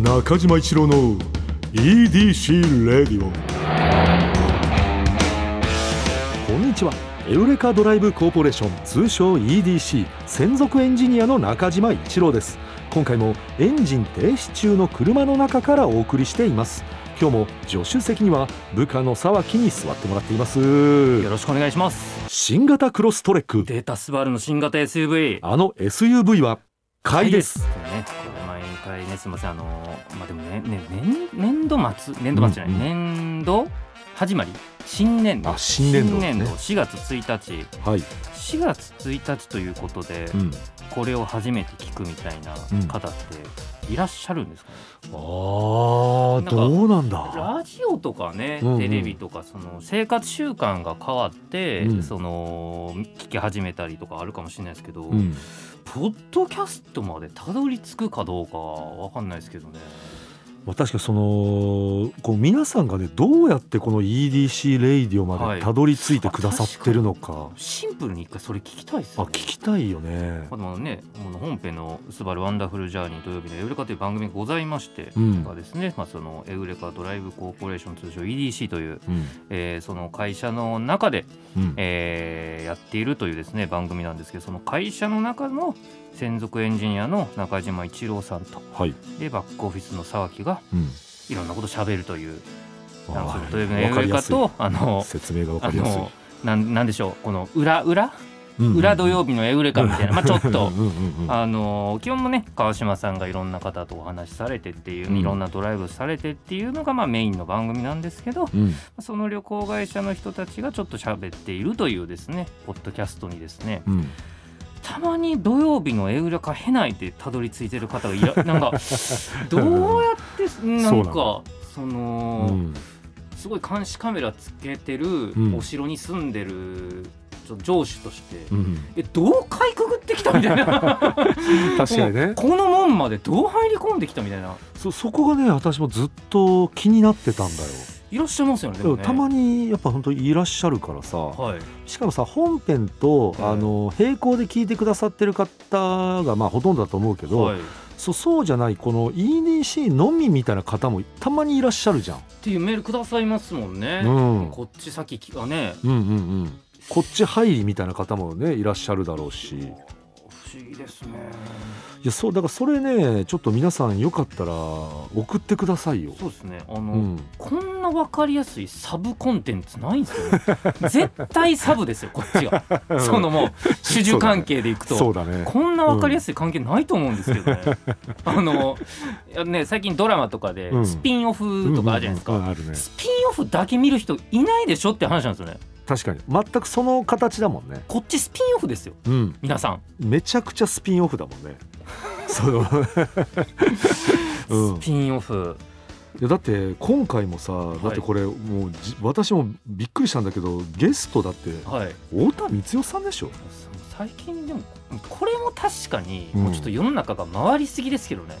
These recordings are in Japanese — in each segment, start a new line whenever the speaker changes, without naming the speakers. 中島一郎の EDC レディオ
こんにちはエウレカドライブコーポレーション通称 EDC 専属エンジニアの中島一郎です今回もエンジン停止中の車の中からお送りしています今日も助手席には部下の沢木に座ってもらっています
よろしくお願いします
新型クロストレック
データスバルの新型 SUV
あの SUV は買いです
これねこれ毎回ねすみませんあのまあでもねね年年度末年度末じゃない、
うん
年度始まり新年度
あ新年度ですね
4月1日
はい、
4月1日ということで、
うん、
これを初めて聞くみたいな方っていらっしゃるんですかね、
あー
なんか
どうなんだ
ラジオとかね、
うんうん
テレビとかその生活習慣が変わって、
うん
その聞き始めたりとかあるかもしれないですけど、
うん
ポッドキャストまでたどり着くかどうかわかんないですけどね。
まあ、確かにそのこう皆さんがねどうやってこの EDC レイディオま
は
で
い
たどり着いてくださってるのか,、
シンプルに一回それ聞きたいです
あ
よ、
聞
ね。
きたいよね
まあ、。でもね、この本編の「スバルワンダフルジャーニー土曜日のエウレカ」という番組がございまして、
うん
がですね、まあ、そのエウレカドライブコーポレーション通称 EDC という、
うん
えーその会社の中で、
うん
えーやっているというですね番組なんですけどその会社の中の専属エンジニアの中島一郎さんと
はい、
でバックオフィスの沢木が
うん、
いろんなこと喋るというなんかその
あ
土曜日の
ー
エ
わ
ウ
か
レ
り
カ
やすい
とあの
説明がわか
あ
りやすい
のなんなんでしょうこの裏裏
うんうん。
裏土曜日のエウレカみ たいな、まあ、ちょっ
う
と
ん。うんうん
あの基本もね川島さんがいろんな方とお話しされてっていう、
うん
いろんなドライブされてっていうのが、まあ、メインの番組なんですけど
うん
その旅行会社の人たちがちょっと喋っているというですねポッドキャストにですね
うん
たまに土曜日のエウレカへないでたどり着いてる方がいらなんかどうやってな
そうんなんだ
かその。
うん
すごい監視カメラつけてる
うん
お城に住んでるちょ城主として、
うん
えどうかいくぐってきたみた いな
確かに
もう
ね
この門までどう入り込んできたみたいな
そそこがね私もずっと気になってたんだよ
いらっしゃいますよね
で
で
も
もね
たまにやっぱ本当にいらっしゃるからさ、
はい
しかもさ本編と、
うん
あの並行で聞いてくださってる方がまあほとんどだと思うけど、
はい、っ
そそうじゃないこの EDC のみみたいな方もたまにいらっしゃるじゃん。
ていうメールくださいますもんね、
うん
こっち先きはね
うんうんうん、こっち入りみたいな方もねいらっしゃるだろうしい
不思議ですね
やそうだからそれねちょっと皆さんよかったら送ってくださいよ。
そうですねあの、
うん、
こんな分かりやすいサブコンテンツないんですよ、ね、絶対サブですよこっち が そのもう主従関係でいくと
そうだね
こんな分かりやすい関係ないと思うんですけどね。あのいやね最近ドラマとかで
うん
スピンオフとかあるじゃないですか。
うんうんうんあるね
スピンオフだけ見る人いないでしょって話なんですよね。
確かに全くその形だもんね、
こっちスピンオフですよ
うん、
皆さん。
めちゃくちゃスピンオフだもん ねそのうん
スピンオフ。
いやだって今回もさ、
い
だってこれもうじ私もびっくりしたんだけどゲストだって
はい。
太田光代さんでしょ
最近でもこれも確かに
うん
もうちょっと世の中が回りすぎですけどね。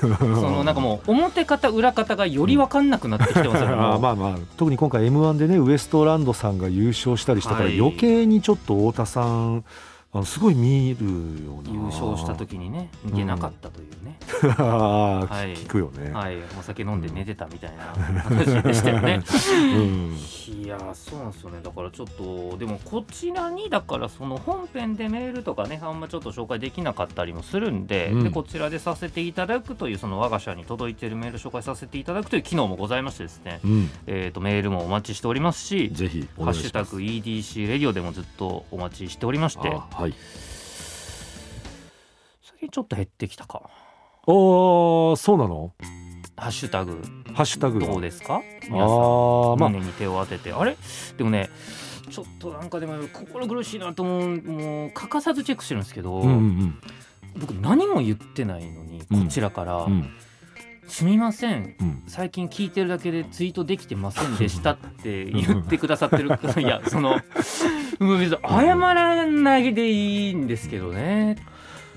そのなんかもう表方裏方がより分かんなくなってきてますよね。
あーまあまあ特に今回 m 1でねウエストランドさんが優勝したりしたから
はい
余計にちょっと太田さんあのすごい見るよな
優勝した時にね逃げなかったというね。
あー
はい
聞くよね、
はい。お酒飲んで寝てたみたいな話でしたよね。
うん
いやーそうなんですよねだからちょっとでもこちらにだからその本編でメールとかねあんまちょっと紹介できなかったりもするんで,、
うん
でこちらでさせていただくというその我が社に届いているメール紹介させていただくという機能もございましてですね、
うん、
えー、とメールもお待ちしておりますし
ぜひ
「
お
ハッ
願い
シュ
し
タ
ます
グ #EDC レディオ」でもずっとお待ちしておりまして
あーはい
最近ちょっと減ってきたか
あーそうなの
「ハッシュタグ
ハッシュタグ
どうですか?」
あ
皆さん
ーまあ
胸に手を当ててあれでもねちょっとなんかでも心苦しいなと思うもう欠かさずチェックしてるんですけど、
うんうん
僕何も言ってないのに
うん
こちらから「
うんうん
すみません
うん
最近聞いてるだけでツイートできてませんでした」って言ってくださって るいやその。もう別に謝らないでいいんですけどね。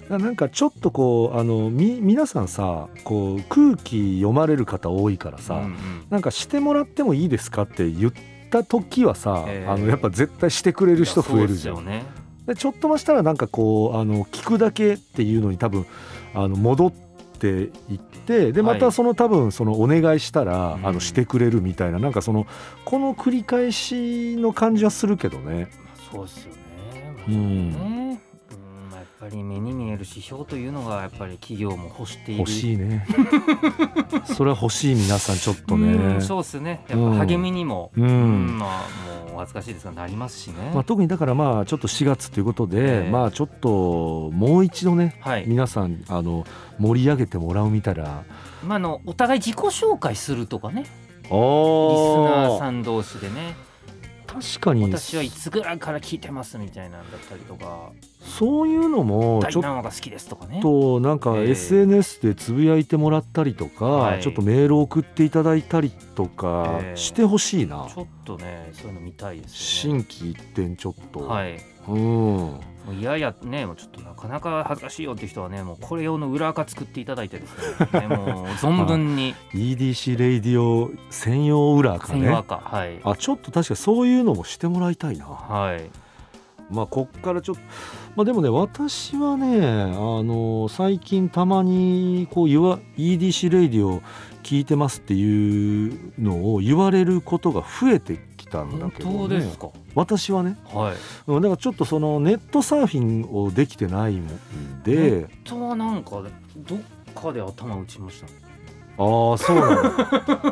ななんかちょっとこうあのみ皆さんさこう空気読まれる方多いからさ、
うんうん
なんかしてもらってもいいですかって言った時はさ、
えー
あのやっぱ絶対してくれる人増えるじゃん
いやそうですよね。
でちょっとましたらなんかこうあの聞くだけっていうのに多分あの戻ってていってでま
は
た
い
その多分そのお願いしたら、
うん
あのしてくれるみたいななんかそのこの繰り返しの感じはするけどね。
まあ、そうですよね。まあ
うん
ねうんまあやっぱり目に見える指標というのがやっぱり企業も欲している
欲しい ねそれは欲しい皆さんちょっと
う
ね
んそうですねやっぱ励みにも、
うん、
うんまあ、もう恥ずかしいですがなりますしね、
まあ、特にだからまあちょっと4月ということで、
ええ
まあちょっともう一度ね
はい
皆さんあの盛り上げてもらうみたいな
まあ、あのお互い自己紹介するとかね
リ
リス
スナ
ナーさん同士でね
確かに
私はいつぐらいから聞いてますみたいなんだったりとか
そういうのも
第
ちょっ
何話が好きですとかね
となんか
ええ
SNS でつぶやいてもらったりとか、
はい
ちょっとメール送っていただいたりとか
ええ
してほしいな、
ちょっとねそういうの見たいですよね
新規一点ちょっと、
はい
うん
もういやいやねもうちょっとなかなか恥ずかしいよっていう人はねもうこれ用の裏垢作っていただいてです ねねもう存分に
EDC レイディオ専用裏か
専用
ね
垢はい
あちょっと確かそういうのもしてもらいたいな
はい
まあこっからちょっとまあでもね私はねあの最近たまにこう言わ EDC レイディオ聞いてますっていうのを言われることが増えてきたんだ
本
けど、ね、
当ですか
私はね
はい
うんだからちょっとそのネットサーフィンをできてないんで、
本当はなんかどっかで頭打ちましたね
ああそうなん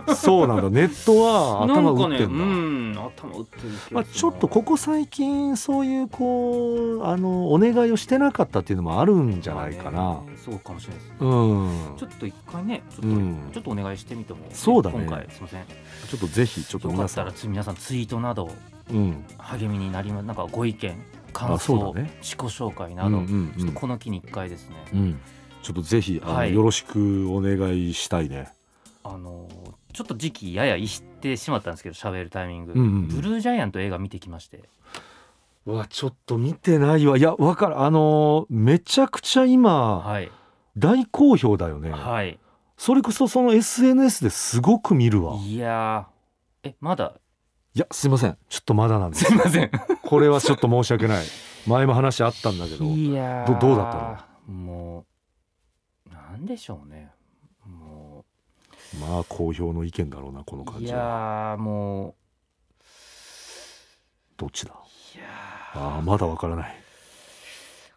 だそうなんだネットは頭打ってだ
なんかねうん頭打ってる気
ま
が
あ、
するな
ちょっとここ最近そういうこうあのお願いをしてなかったっていうのもあるんじゃないかな
まあ。ねそうかもしれないですね
うん、
ちょっと一回ねちょっと、
うん
ちょっとお願いしてみても
そうだね
今回すいませんよ
ちょっとぜひちょっと
か
皆
っ
さ
た
ん
ら、つ皆さんツイートなど
うん、
励みになりますなんかご意見感
あそう
想、
だね
自己紹介など、
うんうん
ちょっとこの機に一回ですね、
うんうんちょっとぜひあの、
はい
よろしくお願いしたいね。
あのちょっと時期ややいしてしまったんですけど喋るタイミング、
うんうんうん
ブルージャイアント映画見てきまして
うわちょっと見てないわいやわかるあのめちゃくちゃ今
はい、
大好評だよね。
はい
それこそその SNS ですごく見るわ。
いやーえまだ
いやすいませんちょっとまだなんです
すいません
これはちょっと申し訳ない前も話あったんだ けど
いや
どどうだった
のもうなんでしょうねも
まあ好評の意見だろうなこの
う
感
い
じは
やーも
どっちだ
ういや
ああまだわからない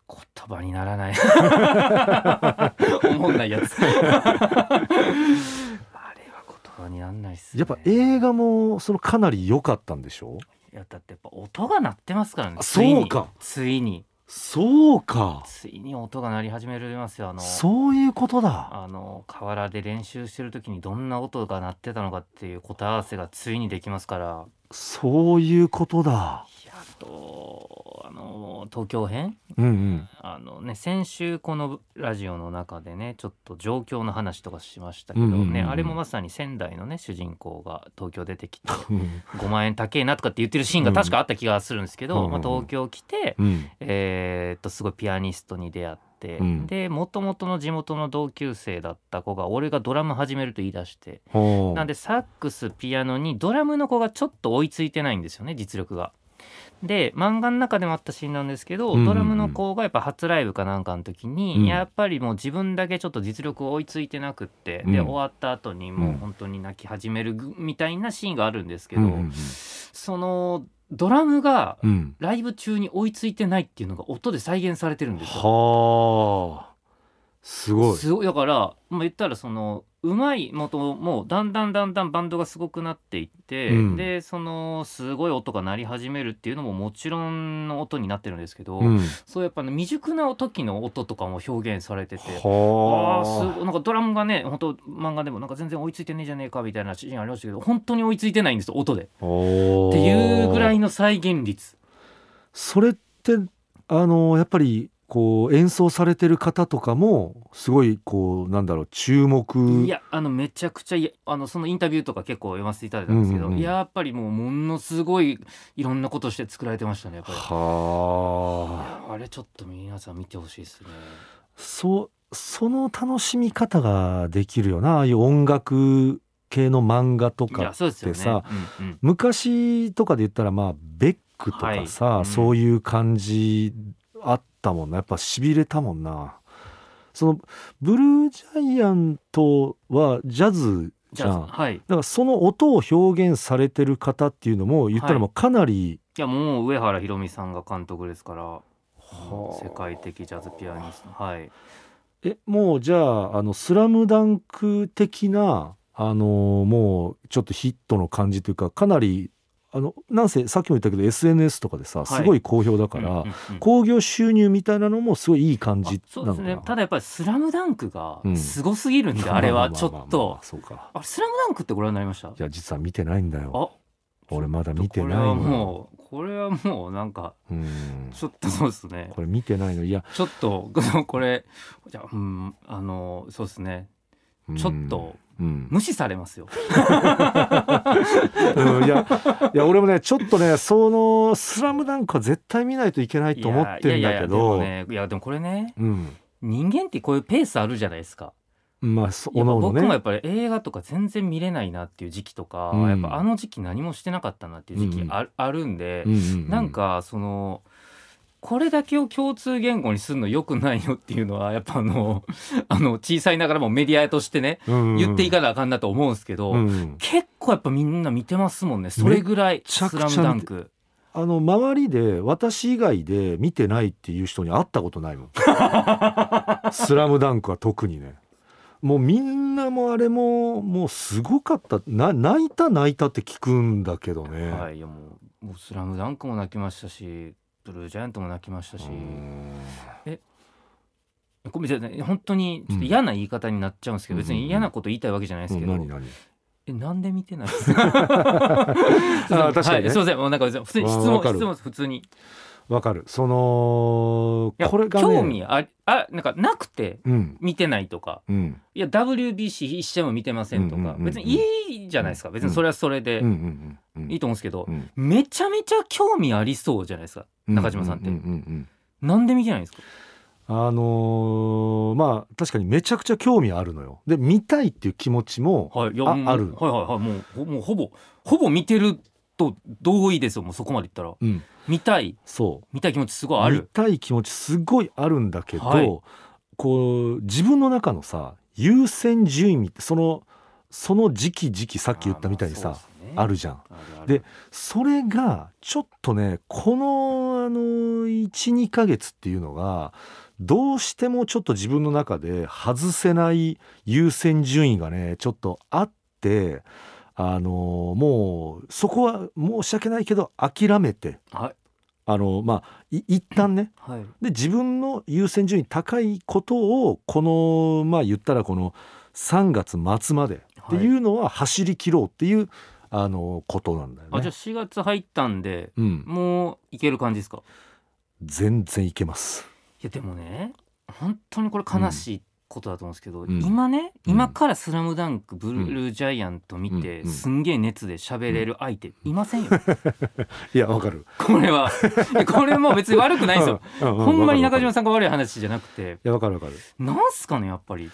ー言葉にならない思んないやつあれは言葉にならないっすね
やっぱ映画もそのかなり良かったんでしょ
いやだってやっぱ音が鳴ってますからね
あ
つい
そ
に
うか
ついに
そうか
ついに音が鳴り始めますよあの
そういうことだ
あの河原で練習してる時にどんな音が鳴ってたのかっていう答え合わせがついにできますから
そういうことだ
いやあとあの東京編
うん うん
あのね先週このラジオの中でねちょっと状況の話とかしましたけど
うんうんうん
ねあれもまさに仙台のね主人公が東京出てきて
うん
5万円高えなとかって言ってるシーンが確かあった気がするんですけ
うんうん
ど、
うん
まあ、東京来て、
うん
えーっとすごいピアニストに出会って、
うん
でもともとの地元の同級生だった子が俺がドラム始めると言い出して
ほう
なんでサックスピアノにドラムの子がちょっと追いついてないんですよね実力が。で漫画の中でもあったシーンなんですけど、
うんうんうん
ドラムの子がやっぱ初ライブかなんかの時に、
うん
やっぱりもう自分だけちょっと実力追いついてなくって、で
うん
終わった後にもう本当に泣き始めるぐみたいなシーンがあるんですけど、
うんうん
そのドラムが
うんうん
ライブ中に追いついてないっていうのが音で再現されてるんですよ。
はあすごい
すごいだから、まあ、言ったらそのうまいもともうだんだんだんだんバンドがすごくなっていって、
うん
でそのすごい音が鳴り始めるっていうのももちろんの音になってるんですけど、
うん
そうやっぱね未熟な時の音とかも表現されてて。あーす
は
ごいなんかドラムがね本当漫画でもなんか全然追いついてねえじゃねえかみたいなシーンありましたけど本当に追いついてないんですよ音で。
あっ
っていうぐら
い
いの再現率。
それってあのやっぱりこう演奏されてる方とかもすごいこうなんだろう注目
いやあのめちゃくちゃいやあのそのインタビューとか結構読ませていただいたんですけど、
うんうんうん
やっぱりもうものすごいいろんなことして作られてましたねやっぱり。い
はあ
やあれちょっと皆さん見てほしいですね。
そうその楽しみ方ができるよなああいう音楽系の漫画と
いや
か
そうですよね。
でさ
うんうん
昔とかで言ったらまあベックとかさ、
はいうん
そういう感じあったもんなやっぱしびれたもんなそのブルージャイアントはジャズじ
じ
ゃ
ゃ
ん
あはいい
だからその音を表現されてる方っていうのも言ったらもうかなり、
やもう上原ひろみさんが監督ですから
はあ
世界的ジャズピアニストはい
えもうじゃあ「あのスラムダンク的なあのもうちょっとヒットの感じというかかなりあのなんせさっきも言ったけど SNS とかでさ
い
すごい好評だから、
うんうんうん
興行収入みたいなのもすごいいい感じ
あ
な
そう
のか
です
な
ねただやっぱり「スラムダンクが
うん
すごすぎるんで、あれはちょっと
そうか
あれスラムダンクってご覧になりました
いや実は見てないんだよ
あ
俺まだ見てない
これは
の
もうこれはもうなんか
うん
ちょっとそうですね
これ見てないのいや
ちょっと これじゃあうんあのそうですね
うん
ちょっと
うん
無視されますよ
うんいやいや俺もねちょっとねその「スラムダンクは絶対見ないといけないと思ってんだけど
いやいやいやでもねいやでもこれね
うん
人間ってこういうペースあるじゃないですか
まあそお
やっぱ
のおの
僕もや
ね
っぱり映画とか全然見れないなっていう時期とか、
うん
やっぱあの時期何もしてなかったなっていう時期あ,、あるんで、なんかそのこれだけを共通言語にするの良くないよっていうのはやっぱあのあの小さいながらもメディアとしてね言ってい
か
かなあかんなと思うんですけど、結構やっぱみんな見てますもんねそれぐらい「
ちゃく
ス
ちゃ
ラ
見て
ムダンク
あの周りで私以外で見てないっていう人に会ったことない もん「スラムダンクは特にねもうみんなもあれももうすごかったな泣いた泣いたって聞くんだけどね、
はい、いやもう「もうスラムダンクも泣きましたし「ブルージャイアントも泣きましたし。
うん
ごめんなさい本当にちょっと嫌な言い方になっちゃうんですけど、
うん
別に嫌なこと言いたいわけじゃないですけど、
何何
えなんで見 てないですか
あ確かにね
はい、すいませんもうなんか普通に質
わ
問
かる
質問です普通にい
わかるその
や
これが、ね、
興味ああなんかなくて
うん
見てないとか
うん
いや WBC 一試合も見てませんとか、
うんうんうんうん
別にいいじゃないですか別にそれはそれで
うんうんうんうん
いいと思うんですけど、
うん
めちゃめちゃ興味ありそうじゃないですか中島さんって
うううんうん
なんで見てないんですか
あのーまあ確かにめちゃくちゃ興味あるのよで見たいっていう気持ちも
はいいや
あ
もう
ある
はいはいはいもうほもうほぼほぼ見てると同意ですよもうそこまでいったら
うん
見たい
そう
見たい気持ちすごいあ
見
る
たい気持ちすごいあるんだけど、
はい
こう自分の中のさ優先順位みたいそのその時期時期さっき言ったみたいにさあ,、るじゃん
あるある
でそれがちょっとねこのあの12ヶ月っていうのがどうしてもちょっと自分の中で外せない優先順位がねちょっとあってあのもうそこは申し訳ないけど諦めて
はい
あのまあい一旦ね
はい
で自分の優先順位高いことをこのまあ言ったらこの3月末までっていうのは走り切ろうっていう、あのことなんだよね。
あじゃあ4月入ったんで
うん、
もういける感じですか
全然いけます。
いやでもね本当にこれ悲しいことだと思うんですけど、
うん
今ね
うん
今から「スラムダンクブルージャイアント見て、
うん
すんげえ熱で喋れる相手いませんよ、
いやわかる。
こ れはいやこれもう別に悪くないですよ、
ううう
ほんまに中島
わかるわかる
さんが悪い話じゃなくて
いやわかるわかる。
なんすかねやっぱり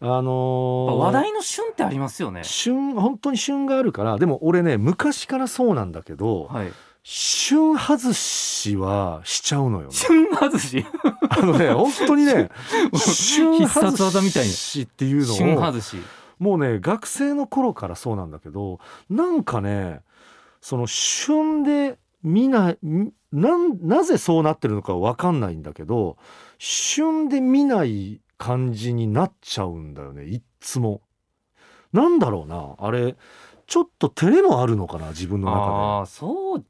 あのー
話題の旬ってありますよね
旬本当に旬があるからでも俺ね昔からそうなんだけど、
はい
旬外しはしちゃうの よ、ね。
旬外し
あのね本当にね旬
必殺技みた
外
いに
しっていう
旬
のを
外し
もうね学生の頃からそうなんだけどなんかねその旬で見ないんなんなぜそうなってるのかわかんないんだけど旬で見ない感じになっちゃうんだよねいっつも。なんだろうなあれちょっと照れもあるのかな自分の中で。
ああそう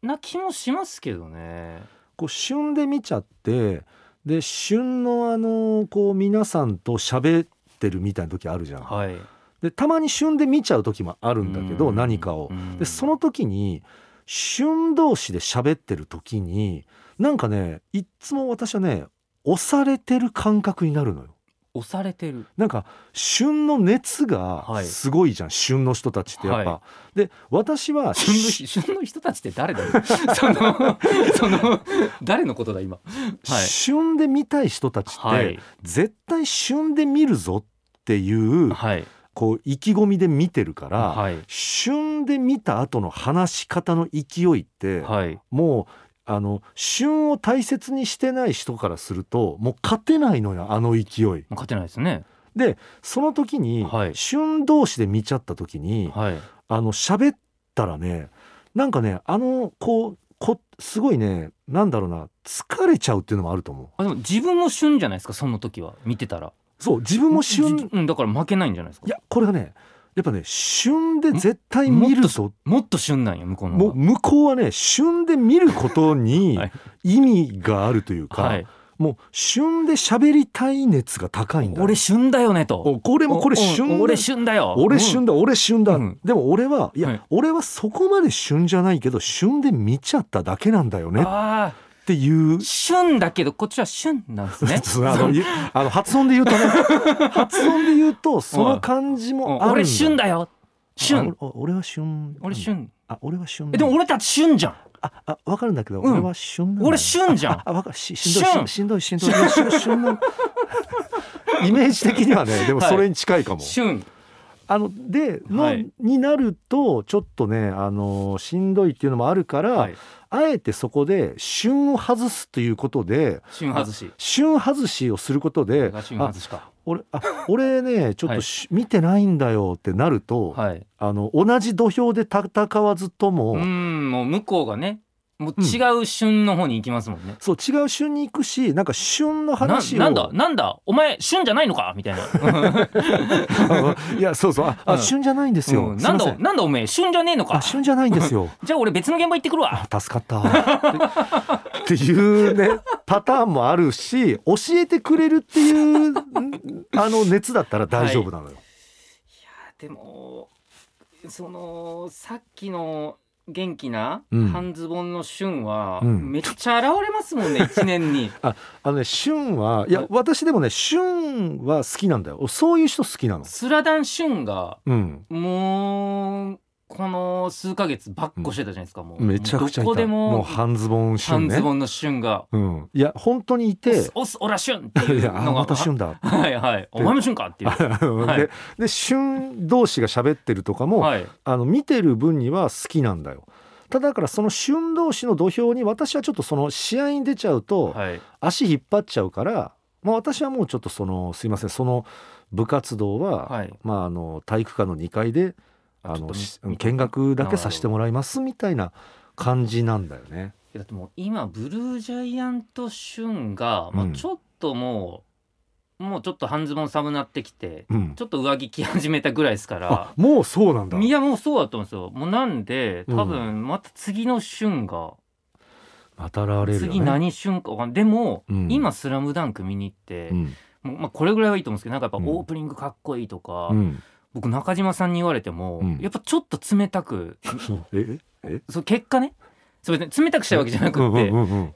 な気もしますけどね
こう旬で見ちゃってで旬のあのこう皆さんと喋ってるみたいな時あるじゃん。
はい
でたまに旬で見ちゃう時もあるんだけど
うん
何かを
う。ん
でその時に旬同士で喋ってる時になんかねいっつも私はね押されてる感覚になるのよ。
押されてる
なんか旬の熱が
はい
すごいじゃん、旬の人たちってやっぱ。
は
で私は
旬の人旬の人たちって誰だよ そのその誰のことだ今はい
旬で見たい人たちって、
はい
絶対旬で見るぞっていう
はい
こう意気込みで見てるから、
はい
旬で見た後の話し方の勢いって、
はい
もうあの旬を大切にしてない人からするともう勝てないのよあの勢い
勝てないですね。
でその時に、
はい
旬同士で見ちゃった時に、
はい。
あの喋ったらねなんかねあのこうこすごいねなんだろうな疲れちゃうっていうのもあると思
あでも自分も旬じゃないですかその時は見てたら。
うそう自分も旬
じ
い
うんだから負けないんじゃないですか。
やこれがねやっぱね旬で絶対見ると
もっと旬なんや向こうの
もう
方
向こうはね旬で見ることに
はい
意味があるというか、
が。はい。
もう旬で喋りたい熱が高いんだよ
俺旬だよねと。
おこれもこれ
お
旬
お俺
だ
旬だよ。
俺旬だ俺旬だ、
うん
でも俺はいや、
はい
俺はそこまで旬じゃないけど旬で見ちゃっただけなんだよ
うん
ねっ
あ
ていう
あ旬だけどこっちは旬なんですね。
そうあのいあの発音で言う とね発音で言うとその感じ
うん
もあるんだ
俺旬だよ。
あ
旬。
俺俺は旬
俺旬。
あ俺は旬
えでも俺たち旬じゃん。
ああ分かるんだけど、
うん
俺は旬なんだよ
俺旬 じゃん。
あわかし
旬
しんどいしんどいしんどいしんどいしんどい イメージ的にはねでも
はい
それに近いかも、
旬。
あのでの、
はい
になるとちょっとねあのしんどいっていうのもあるから、
はい。
あえてそこで旬を外すということで
旬外し。
旬外しをすることで
が旬
あ
外しか。
俺あ俺ねちょっ
は
と
い
し、見てないんだよってなると、
はい。
あの同じ土俵で戦わずとも、
うんもう向こうがねもう
うん
違う旬の方に行きますもんね。
そう違う旬に行くしなんか旬の
な
話を
なんだなんだお前旬じゃないのかみたい な。
いやそうそうあ、あ
うん
旬じゃないんですよ、
うん
すい
なん
ませ
だ
ん
なんだお前旬じゃねえのか
あ。旬じゃないんです よ
じゃあ俺別の現場行ってくるわ。
助かったってっていうねパターンもあるし教えてくれるっていうんあの熱だったら大丈夫なのよ、
でもそのさっきの元気な
うん
半ズボンの旬は
うん
めっちゃ現れますもん ね、一年に。
あのね旬はいや
はい
私でもね旬は好きなんだよそういう人好きなの
スラダン旬が
うん
もうこの数ヶ月ばっこしてたじゃないですか、もう
めちゃくちゃいた
どこで
もう
も
半ズボン旬
半
ね
ズボンの旬が
うん、いや本当にい
「オ
て
スオスオラ旬」って
「い
いう
やあ
のが
また旬 だ」
はいはい「お前も旬か」っていうい
でで旬同士が喋ってるとかも、
はい
あの見てる分には好きなんだよただだからその旬同士の土俵に私はちょっとその試合に出ちゃうと
はい
足引っ張っちゃうから、まあ、私はもうちょっとそのすいませんその部活動は、
はい
まあ、あの体育館の2階で
あ
あ
ちょっ
の
とみ
し見学だけさせてもらいますみたいな感じなんだよね。
だってもう今ブルージャイアント旬が、ま
う
あ、
ん
ちょっともう、もうちょっと半ズボン寒なってきて
うん、
ちょっと上着着始めたぐらいですから
あもうそうなんだ
いやもうそうだと思うんですよもうなんで
うん
多分また次の旬が、
またられるよ、ね、
次何旬かわかんでも、
うん
今「スラムダンク見に行って、
うん
もうまあ、これぐらいはいいと思うんですけどなんかやっぱ
うん
オープニングかっこいいとか、
うん、
僕中島さんに言われても、
うん
やっぱちょっと冷たく
え
そう結果ねすみません冷たくしたわけじゃなく
うんう
って、
んうん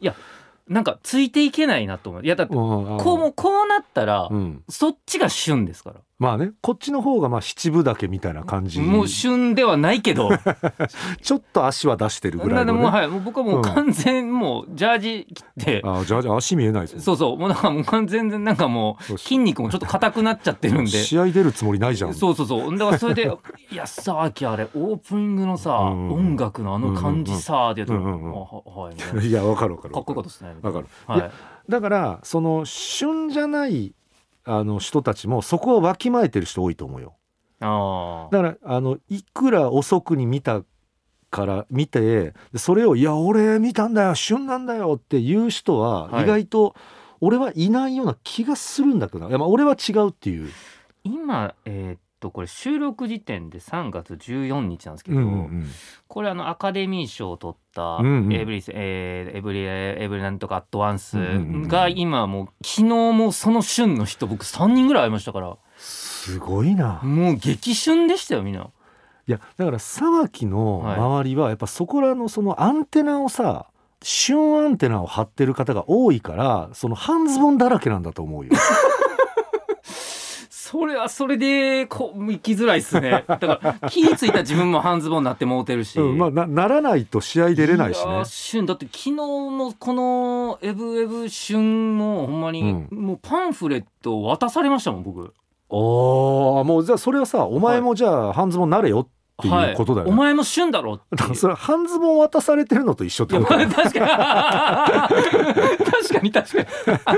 なんかついていけないなと思ういやだって
うん、
こうもうこうなったら、
うん、
そっちが旬ですから
まあねこっちの方がまあ七分だけみたいな感じ
もう旬ではないけど
ちょっと足は出してるぐら
ないんで
の、ね、
もうはいもう僕はもう
うん
完全もうジャージ切って、
あじゃあじゃあ足見えないです
そうそうもうなんかもう完全然なんかもう
よし
筋肉もちょっと硬くなっちゃってるんで。
試合出るつもりないじゃん
そうそうそうだからそれで「いやさあきあれオープニングのさ、
うんうんうん
音楽のあの感じさ」ってやったら「
うんうんうん
あははい」みたいな
いやわかるわかる
かっこよかったですね。
わかる
はい
いやだからその旬じゃないあの人たちもそこをわきまえてる人多いと思うよ
ああ。
だからあのいくら遅くに見たから見てでそれを「いや俺見たんだよ旬なんだよ」っていう人は
はい
意外と、俺はいないような気がするんだけどないやまあ俺は違うっていう、
今、えーっと、これ収録時点で3月14日なんですけど、これあのアカデミー賞を取った、
うんうん
エブリス、えーエブリエブリなんとかアットワンス
うんうんうん
が今もう昨日もその旬の人僕3人ぐらい会いましたから
すごいな、
もう激旬でしたよみんな。
いやだから沢木の周りはやっぱそこらのそのアンテナをさ旬アンテナを張ってる方が多いからその半ズボンだらけなんだと思うよ。
それはそれでこう生きづらいっすね。だから気ぃついた自分も半ズボンになって もうてるし。
うんまあ、なならないと試合出れないし
や
ね
ー。旬だって昨日もこの「エブエブ旬」もほんまに、
う
もうパンフレット渡されましたもん僕
おーもうじゃあそれはさお前もじゃあ半ズボンなれよっっていうことだよ
お
ね、
前も旬だろって
だからそれは半ズボン渡されてるのと一緒っ
い
て
や
こ
ま
と
あ
だよね
確かに確かに確か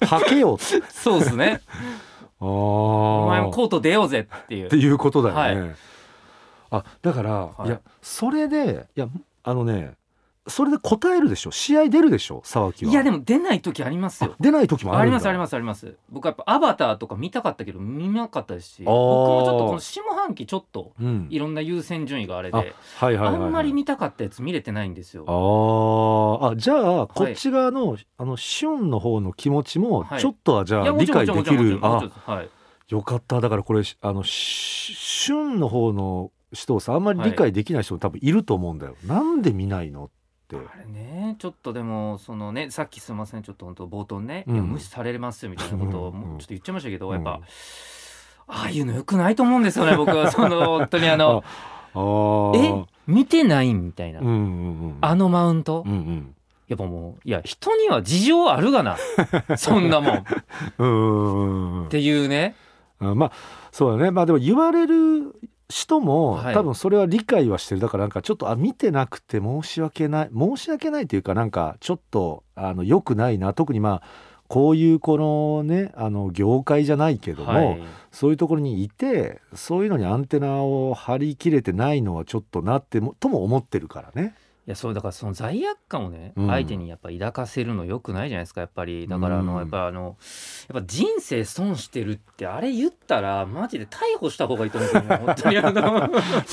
に
はけよって
そうですね
あ
お前も
ー
コート出ようぜっていう
っていうことだよね、あだから、
い
い、やそれでいやあのねそれで答えるでしょ試合出るでしょ沢木はい
やでも出ない時あります
あ
よ
出ない時も
あ
ある
り
んだ
ますありますあります僕はやっぱアバターとか見たかったけど見なかったですし
ー
僕もちょっとこの下半期ちょっと
す、うん、
いろんな優先順位があれ
あ
で
はいはいは
あ
いはい
んまり見たかったやつ見れてないんですよ
あーあじゃあこっち側の、あの旬の方の気持ちも
はい
ちょっとはじゃ
い
あ
やも
理
ちろん
解
もちろん
で
も
きる
ちろんもちろんもち
あ
ろんはい
よかっただからこれあのし旬の方の人をさあんまり理解できない人も多分いると思うんだよ、なんで見ないのって
あれねちょっとでもそのねさっきすみませんちょっと本当冒頭ね、
うん
いや無視されますよみたいなことをも
う
うんちょっと言っちゃいましたけど、やっ
う
ぱ
ん
ああいうのよくないと思うんです よね僕はその本当にあの
あー
え見てないみたいな、
うんうんうん
あのマウント、
うんうん
やっぱもういや人には事情あるがなそんなもんっ
うんうん
ていうね
うんまあそうだねまあでも言われる人も、
はい
多分それは理解はしてるだからなんかちょっとあ見てなくて申し訳ない申し訳ないというかなんかちょっとあの良くないな特にまあこういうこのねあの業界じゃないけど も、
はい
そういうところにいてそういうのにアンテナを張り切れてないのはちょっとなってもとも思ってるから ね。
いやそうだからその罪悪感をね、
うん
相手にやっぱ抱かせるのよくないじゃないですかやっぱりだからあの、
うん
やっぱあのやっぱ人生損してるってあれ言ったらマジで逮捕した方がいいと思うんですよね 本当にあの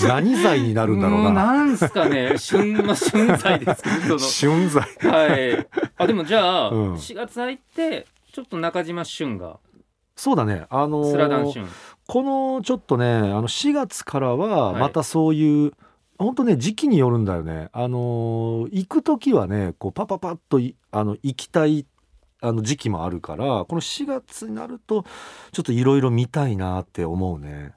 何罪になるんだろう
う
な。
なんすかね旬まあ旬罪ですけどそ
春罪。
のはいあでもじゃあ、
うん
4月入ってちょっと中島旬が
そうだね。あのー
スラダン旬
このちょっとねあの4月からは
はい
またそういう、本当ね時期によるんだよね。あのー行く時はねこうパパパッといあの行きたいあの時期もあるからこの4月になるとちょっといろいろ見たいなって思うね。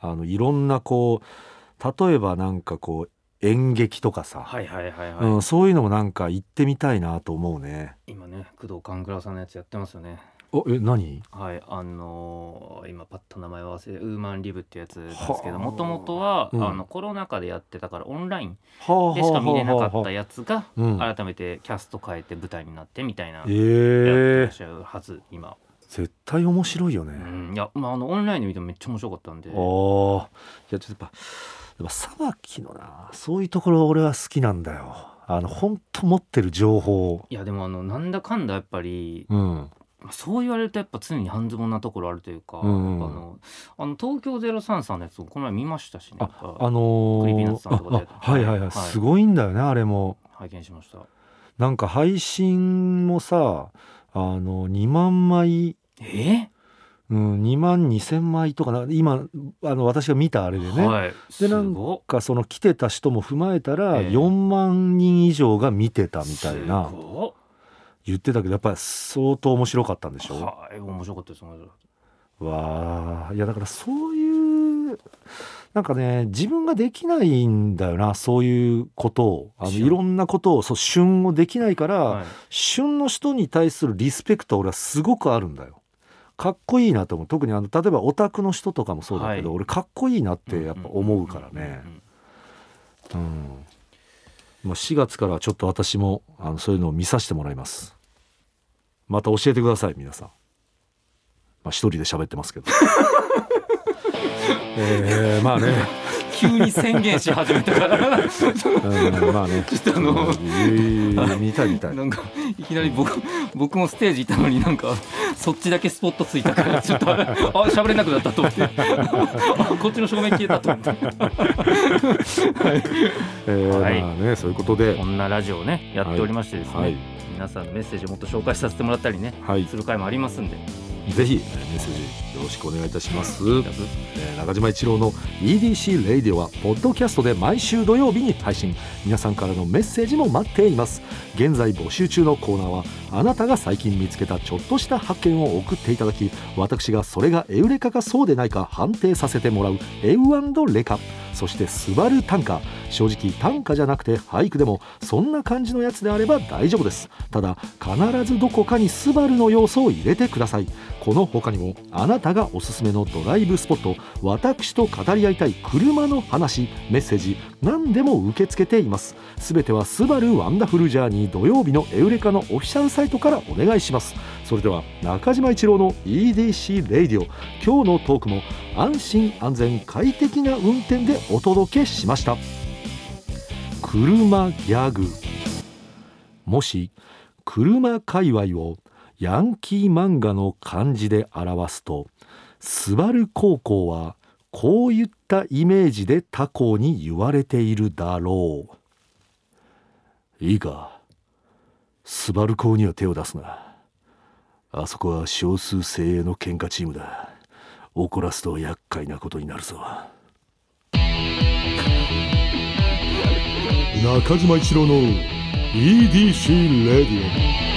あのいろんなこう例えばなんかこう演劇とかさ、
はいはいはいはい、
うん、そういうのもなんか行ってみたいなと思うね。
今ね工藤官九郎さんのやつやってますよね
おえ何
はいあのー今パッと名前を忘れウーマンリブっていうやつなんですけ
はあ
どもともとは、
うん
あのコロナ禍でやってたからオンライン
はあはあはあはあ
でしか見れなかったやつが
うん、
改めてキャスト変えて舞台になってみたいなやっ
え
てらっ
ー
しゃるはず今、
絶対面白いよね。
うんいやまああのオンラインで見てもめっちゃ面白かったんで
おーいやちょっとやっぱやっぱさばきのなそういうところ俺は好きなんだよあの本当持ってる情報
いやでもあのなんだかんだやっぱり
うん
そう言われるとやっぱ常に半ズボンなところあるというか、
うん
やっぱあのあの東京03さんのやつをこの前見ましたしねやっぱ
あのー
クリーピーナッツさんとかでやった
ああはいはいはい、
はい
すごいんだよねあれも
拝見しました
なんか配信もさあの2万枚
えー
うん、2万2,000枚とかな今あの私が見たあれでね、
はい、
ですなん
ごっ
かその来てた人も踏まえたら
ええ
4万人以上が見てたみたいな
すごっ
言ってたけどやっぱり相当面白かったんでしょ
はい面白かったです面白かっ
わあいやだからそういうなんかね自分ができないんだよなそういうことをあの
旬
いろんなことをそう旬をできないから、
た、はい、
旬の人に対するリスペクトは俺はすごくあるんだよ。かっこいいなと思う特にあの例えばオタクの人とかもそうだけど、
はい
俺かっこいいなってやっぱ思うからね
ん。うん
うんまあ4月からはちょっと私もあのそういうのを見させてもらいます。また教えてください皆さん。まあ一人で喋ってますけど。 えーまあね、
急に宣言し始めたか ら
うん、まあね。
ちょっとあの
うんいやいや見たい見 たい。
なんかいきなり僕僕もステージいたのになんかそっちだけスポットついたからちょっとあ喋れなくなったと思ってあこっちの照明消えたと思って
えー
はい
まあねそういうことで
こ。んなラジオをねやっておりましてですね、
はい
皆さんのメッセージをもっと紹介させてもらったりね
はい
す。る回もありますんで
ぜひえーメッセージよろしくお願いいたします。
よろしく
えー中島一郎の EDC レイディオはポッドキャストで毎週土曜日に配信皆さんからのメッセージも待っています現在募集中のコーナーはあなたが最近見つけたちょっとした発見を送っていただき私がそれがエウレカかそうでないか判定させてもらうエウレカそそして「スバル短歌」正直短歌じゃなくて俳句でもそんな感じのやつであれば大丈夫ですただ必ずどこかに「スバルの要素を入れてくださいこの他にもあなたがおすすめのドライブスポット私と語り合いたい車の話メッセージ何でも受け付けていますすべては「スバルワンダフルジャーニー土曜日のエウレカのオフィシャルサイトからお願いしますそれでは中島一郎の EDC レイディオ今日のトークも安心安全快適な運転でお届けしました車ギャグもし車界隈をヤンキー漫画の漢字で表すとスバル高校はこういったイメージで他校に言われているだろういいかスバル校には手を出すなあそこは少数精鋭の喧嘩チームだ怒らすと厄介なことになるぞ
中島一郎の EDC レディオ